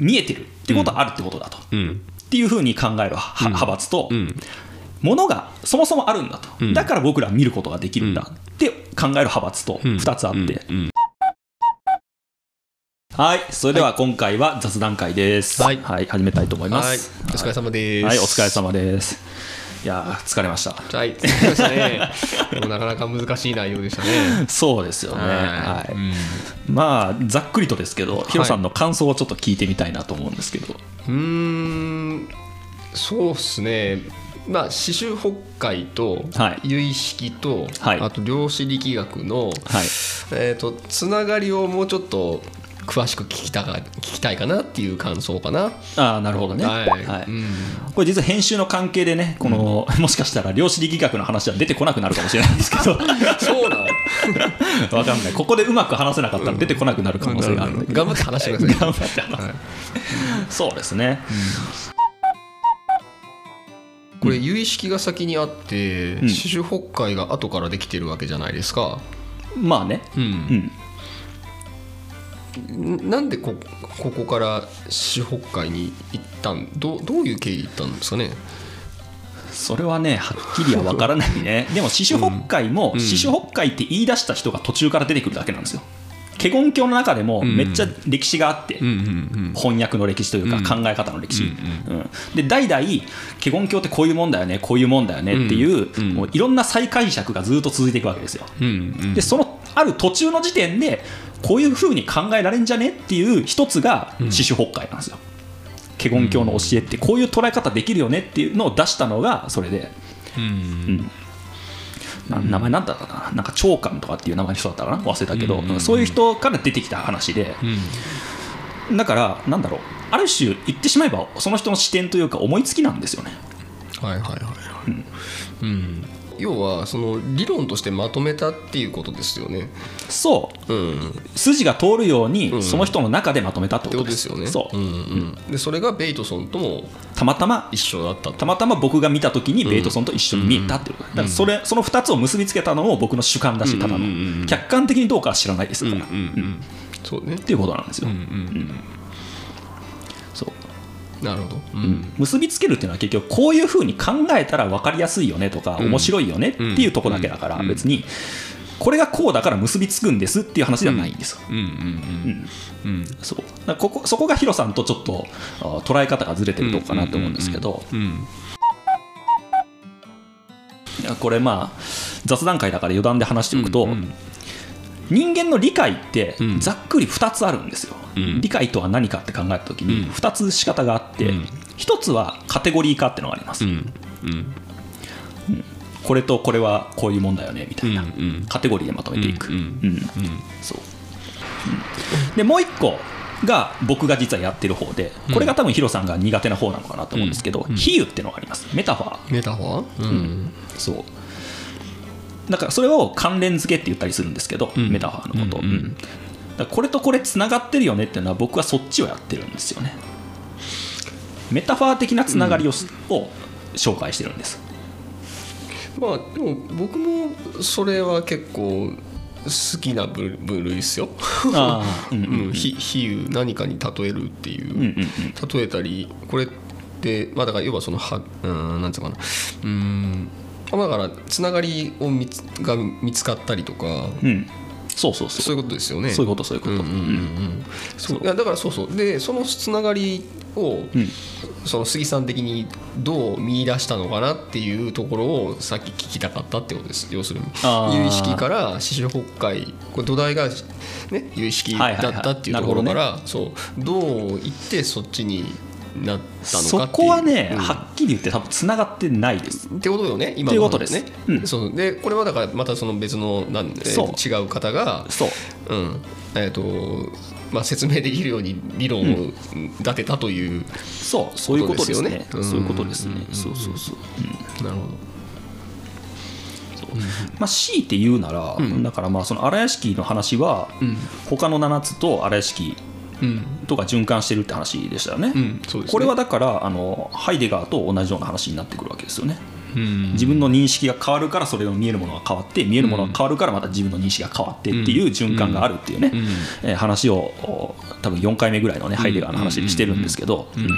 見えてるってことはあるってことだと、うんっていうふうに考えるはは派閥と、うんものがそもそもあるんだと、うんだから僕らは見ることができるんだって考える派閥とうん2つあって、うんはいそれでは今回は雑談会ですはい始めたいと思いうんまはいすお疲れ様ですはい、お疲れ様ですいやー疲れましたはい疲れましたね でもなかなか難しい内容でしたねそうですよねはい、うんまあざっくりとですけどヒロさんの感想をちょっと聞いてみたいなと思うんですけど、うーんそうっすねまあ刺繍北海とはい由意識と、はいあと量子力学はの、いえー、とつながりをもうちょっと詳しく聞きたが聞きたいかなっていう感想かな。ああなるほどね、はい、はいうんこれ実は編集の関係でねこの、もしかしたら量子力学の話は出てこなくなるかもしれないんですけ どそうなのわかんないここでうまく話せなかったら出てこなくなる可能性があるんだけど頑張って話してくださ頑張って話す、はいそうですね、い。これ有意識が先にあってん刺繍北海が後からできてるわけじゃないですか。まあねうんうんなんでこここから刺繍北海に行ったんどうどういう経緯行ったんですかね。それはねはっきりはわからない ねでも四種北海もうん四種北海って言い出した人が途中から出てくるだけなんですよ華厳教の中でもんめっちゃ歴史があって、んうん翻訳の歴史というか考え方の歴史、うんうんで代々華厳教ってこういうもんだよねこういうもんだよねっていう,、うんもういろんな再解釈がずっと続いていくわけですよ、うんうんでそのある途中の時点でこういうふうに考えられんじゃねっていう一つが四種北海なんですよ華厳教の教えってこういう捉え方できるよねっていうのを出したのがそれでうんな名前なんだったかななんか長官とかっていう名前の人だったかな忘れたけど、うんうんうんそういう人から出てきた話で、だからなんだろうある種言ってしまえばその人の視点というか思いつきなんですよねはいはいはいはい、うん、要はその理論としてまとめたっていうことですよね。そううん、筋が通るようにんその人の中でまとめたってってこで,、こととですすよね。そう、んうん、でそれがベイトソンともたまたま一緒だったたと。またま僕が見た時にベイトソンと一緒に見えたっていうことだからそれその2つを結びつけたのを僕の主観だし、ただうんうんうんうのん客観的にどうかは知らないですから、っん、そうね。ていうことなんですよ、うんうんそううん、なるほど。うん結びつけるっていうのは結局こういうふうに考えたら分かりやすいよねとか面白いよねっていうとこだけだから別にこれがこうだから結びつくんですっていう話ではないんですようんうんうんうんそうだからここそこがヒロさんとちょっとあ捉え方がずれてるとこかなと思うんですけどうんいやこれまあ雑談会だから余談で話しておくと、うん人間の理解ってうんざっくり2つあるんですよ、うん理解とは何かって考えた時うにん2つ仕方があって、うん1つはカテゴリー化ってのがあります、うんうんこれとこれはこういうもんだよねみたいな、うんカテゴリーでまとめていく、うんうんそう、うんでもう1個が僕が実はやってる方でこれが多分ヒロさんが苦手な方なのかなと思うんですけど、うん比喩ってのがありますメタファーメタファー？うんそうだからそれを関連付けって言ったりするんですけど、うんメタファーのこと、うんうんうんだからこれとこれつながってるよねっていうのは僕はそっちをやってるんですよねメタファー的なつながりを,、を紹介してるんですまあでも僕もそれは結構好きな分分類ですよ。ああうんうんうん、ひ比喩何かに例えるっていう、うんうんうん例えたりこれってまあだから要はそのはうんなんつうのかなうーんまあだからつながりを見つが見つかったりとかうんそうそうそうそういうことですよね。そういうことそういうこと、うんうんうんうんそういやだからそうそうでそのつながりうを、んその杉さん的にどう見出したのかなっていうところをさっき聞きたかったってことです要するにあー有意識から刺繍北海これ土台が、ね、有意識だったっていうはいはいはいところかなら、そうどういってそっちになったのかっていうそこはね、うんはっきり言って多分つながってないですってことよねっ今ていうのことで話すね、うんそうでこれはだからまたその別のなんでそう違う方がそううんえーとまあ、説明できるように理論を立てたという、そうそういうことですねことですよねそういうことですね、うんうんうんそうそうそう、うんなるほまあ、強いて言うなら、んだからまあその荒屋敷の話は、ん他の7つと荒屋敷ど、うんとか循環してるって話でしたよね。うんそうですねこれはだからあのハイデガーと同じような話になってくるわけですよね。うん自分の認識が変わるからそれの見えるものが変わって見えるものが変わるからまた自分の認識が変わってっていう循環があるっていうね、うんえー話をお多分4回目ぐらいのねハイデガーの話にしてるんですけど、うん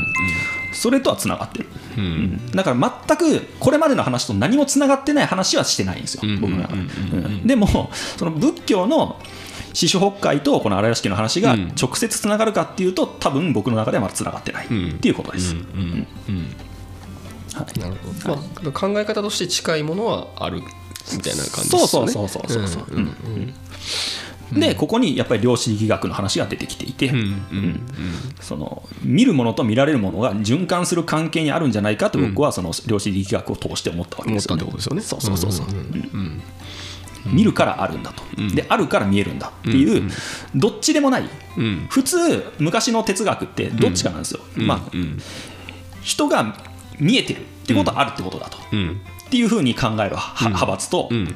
それとはつながってる、うんうんだから全くこれまでの話と何もつながってない話はしてないんですようん僕の中でうんうんうんうんでもその仏教の四種北海とこの荒屋敷の話がうん直接つながるかっていうと多分僕の中ではまだつながってないうんっていうことです、うんうんはいなるほど、まあ、考え方として近いものはあるみたいな感じですよねそうそうそうそうそうそううんうんでここにやっぱり量子力学の話が出てきていて、うんその見るものと見られるものが循環する関係にあるんじゃないかと僕はその量子力学を通して思ったわけ思でっすたよっねてことですよねそうそうそうそう、んん見るからあるんだと、であるから見えるんだっていう、どっちでもないうんうん普通昔の哲学ってどっちかなんですよ、うんまあ、うん人が見えてるってことはあるってことだと、うんっていうふうに考えるは派閥と、うん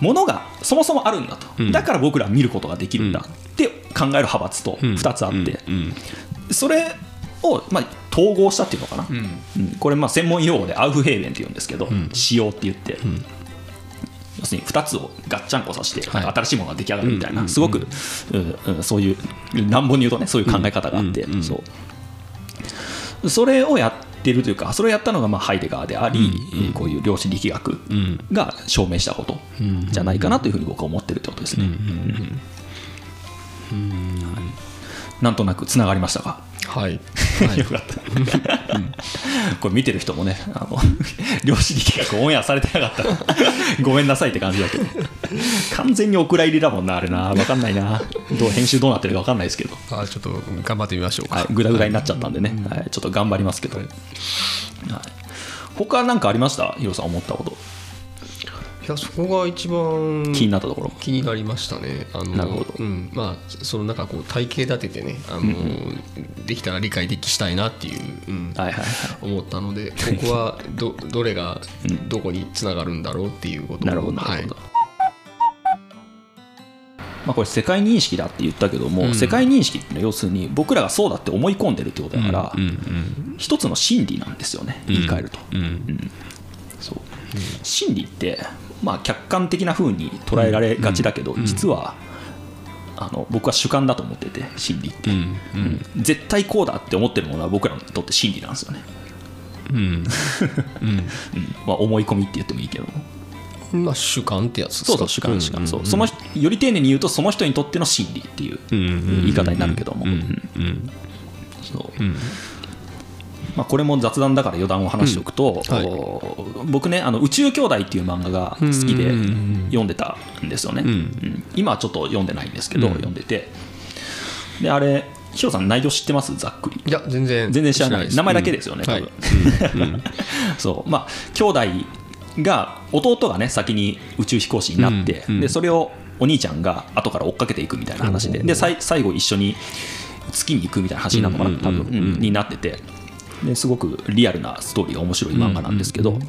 物がそもそもあるんだと、うんだから僕ら見ることができるんだって考える派閥とうん2つあって、うんそれを、まあ、統合したっていうのかな、うんうんこれまあ専門用語でアウフヘーベンって言うんですけど、ん使用って言って、要するに2つをガッチャンコさせて、はい新しいものが出来上がるみたいな、うんすごく、うんうんそういう乱暴に言うとねそういう考え方があって、うんうんそうそれをやってるというかそれをやったのがまあハイデガーであり、えーこういう量子力学うんが証明したことじゃないかなというふうに僕は思ってるってことですね。はいなんとなくつながりましたか はいよかった、これ見てる人もねあの 量子力学オンエアされてなかった らごめんなさいって感じだけど完全にお蔵入りだもんなあれな分かんないなどう編集どうなってるか分かんないですけど、 あちょっと頑張ってみましょうはかい、グダグダになっちゃったんでね、はい、ちょっと頑張りますけど、はい、他なんかありましたヒロさん思ったこといやそこが一番気になったところ、気になりましたね。あのなるほどうん、まあそのなんかこう体系立ててね、あの、できたら理解できしたいなっていう、うんはいはいはい思ったので、こ こはどどれがどこにつながるんだろうっていうことをなるほどなはるいほど、まあ、これ世界認識だって言ったけども、うん世界認識っていうのは要するに僕らがそうだって思い込んでるってことだから、うんうん一つの真理なんですよねうん言い換えると、うんそう真理って、まあ、客観的な風に捉えられがちだけど、うん実はあの僕は主観だと思ってて真理って、うんうん絶対こうだって思ってるものは僕らにとって真理なんですよね、 うんうんまあ、思い込みって言ってもいいけどもうん。まあ主観ってやつですか。そうそう主観主観、んそうその人より丁寧に言うとその人にとっての真理っていう言い方になるけども、うんうんそううんまあ、これも雑談だから余談を話しておくと、うんはいお僕ねあの「宇宙兄弟」っていう漫画が好きでうんうんうんうん読んでたんですよね、んうん今はちょっと読んでないんですけど、うん読んでてであれヒロさん内容知ってますざっくりいや全然全然知らないで名前だけですよねうん多分 そうまあ兄弟が弟がね先に宇宙飛行士になって、うんうんでそれをお兄ちゃんが後から追っかけていくみたいな話で,、うんでさい最後一緒に月に行くみたいな話になるのかな、うん多分、うんうんうんになっててですごくリアルなストーリーが面白い漫画なんですけど、うんうん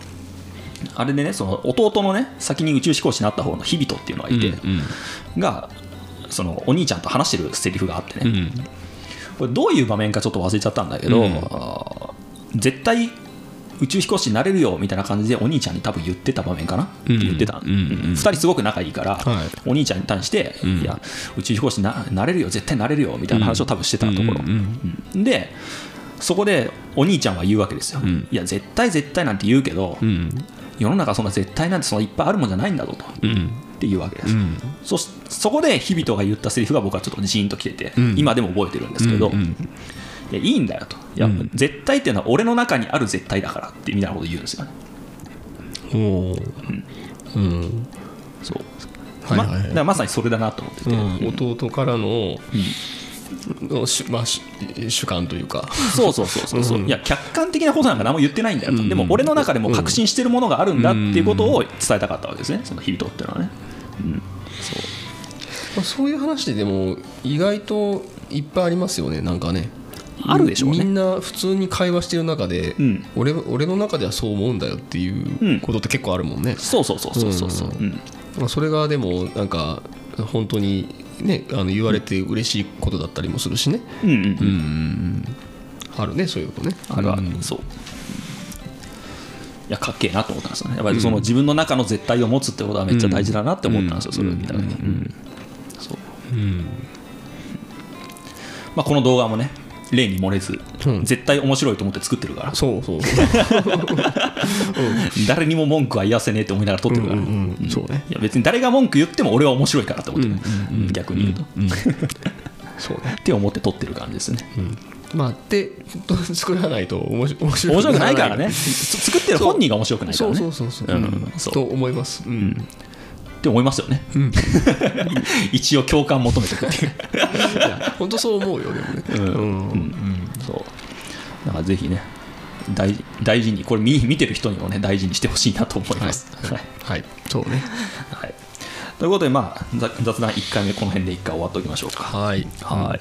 あれでねその弟のね先に宇宙飛行士になった方の日々とっていうのがういんて、うんがそのお兄ちゃんと話してるセリフがあってね、うんこれどういう場面かちょっと忘れちゃったんだけど、うんあー絶対宇宙飛行士になれるよみたいな感じでお兄ちゃんに多分言ってた場面かなって言ってた、う二んうんうん2人すごく仲いいから、はいお兄ちゃんに対して、うんいや宇宙飛行士にななれるよ絶対なれるよみたいな話を多分してたところ、うんうんうんでそこでお兄ちゃんは言うわけですよ、んいや絶対絶対なんて言うけど、うん世の中そんな絶対なんてそんないっぱいあるもんじゃないんだぞと、うっんていうわけでうす、んそしそこで日々とが言ったセリフが僕はちょっとジーンときてて、うん今でも覚えてるんですけど、うんうんいやいいんだよといや、うん絶対っていうのは俺の中にある絶対だからってみたいなこと言うんですよねおーうんそう、はいはまいはいだからまさにそれだなと思ってて、弟からののしまあし主観というかそうそうそうそうそう、うんいや客観的なことなんか何も言ってないんだよと、うんでも俺の中でも確信してるものがあるんだっていうことを伝えたかったわけですねその日々とっていうのはね、うん、そうまあそういう話ででも意外といっぱいありますよねなんかねあるでしょうねみんな普通に会話してる中で、うん俺俺の中ではそう思うんだよっていううんことって結構あるもんね、そうそうそうそうそうそう、うんうんまあそれがでもなんか本当にねあの言われて嬉しいことだったりもするしねうんうんうんあるねそういうことねあるある、うんそういやかっけえなと思ったんですよねやっぱりその自分の中の絶対を持つってことはめっちゃ大事だなって思ったんですよ、うんそれを見たらね、ううんそううんまあ、この動画もね例に漏れず、うん絶対面白いと思って作ってるからそうそう誰にも文句は言わせねえって思いながら撮ってるから、うんうんそうねいや別に誰が文句言っても俺は面白いからって思ってね、うん逆に言うと、 そうねって思って撮ってる感じですね、まあで 作らないと面白面白面白くないからねつ作ってる本人が面白くないからそうねそうそうそう、うんうんそうと思います、うん、って思いますよね、 一応共感求めてくっていう本当そう思うよでもね、 うんうんそうだからぜひね大事大事にこれ見見てる人にもね大事にしてほしいなと思います、はいはいそうねはい、ということで、まあ、ざ雑談1回目この辺で1回終わっておきましょうかはいはい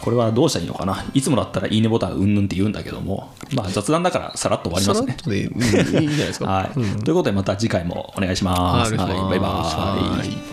これはどうしたらいいのかないつもだったら「いいね」ボタンうんぬんって言うんだけども、まあ、雑談だからさらっと終わりさますらっねとで、うんいいんじゃないですかはいということでまた次回もお願いします、はいお願いしはいますバイバーイはい